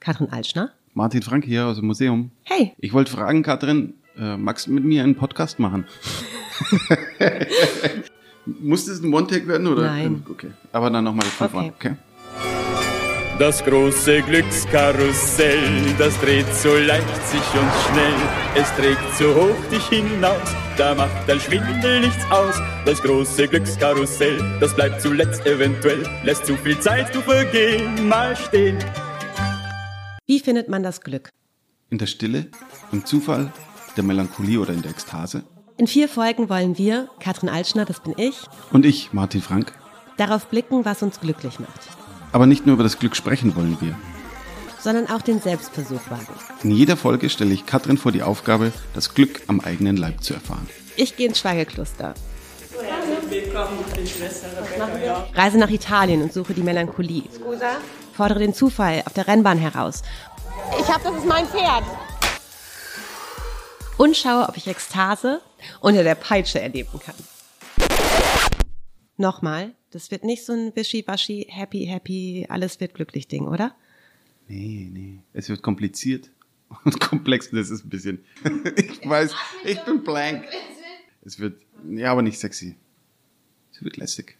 Katrin Altschner. Martin Frank hier aus dem Museum. Hey. Ich wollte fragen, Katrin, äh, magst du mit mir einen Podcast machen? Muss das ein One-Take werden? Oder? Nein. Okay. Aber dann nochmal von vorne. Okay. Das große Glückskarussell, das dreht so leicht sich und schnell. Es trägt so hoch dich hinaus, da macht dein Schwindel nichts aus. Das große Glückskarussell, das bleibt zuletzt eventuell. Lässt zu viel Zeit zu vergehen, mal stehen. Wie findet man das Glück? In der Stille, im Zufall, der Melancholie oder in der Ekstase? In vier Folgen wollen wir, Katrin Altschner, das bin ich, Und ich, Martin Frank. darauf blicken, was uns glücklich macht, Aber nicht nur über das Glück sprechen wollen wir. sondern auch den Selbstversuch wagen. In jeder Folge stelle ich Katrin vor die Aufgabe, das Glück am eigenen Leib zu erfahren. Ich gehe ins Schweigekloster, Willkommen, gute Schwester Rebecca. Ja. reise nach Italien und suche die Melancholie, fordere den Zufall auf der Rennbahn heraus Ich hab, das ist mein Pferd. und schaue, ob ich Ekstase unter der Peitsche erleben kann. Nochmal, das wird nicht so ein wischiwaschi, happy, happy, alles wird glücklich Ding, oder? Nee, nee. Es wird kompliziert und komplex. Das ist ein bisschen. ich weiß, ich bin blank. Es wird. Ja, aber nicht sexy. Es wird lästig.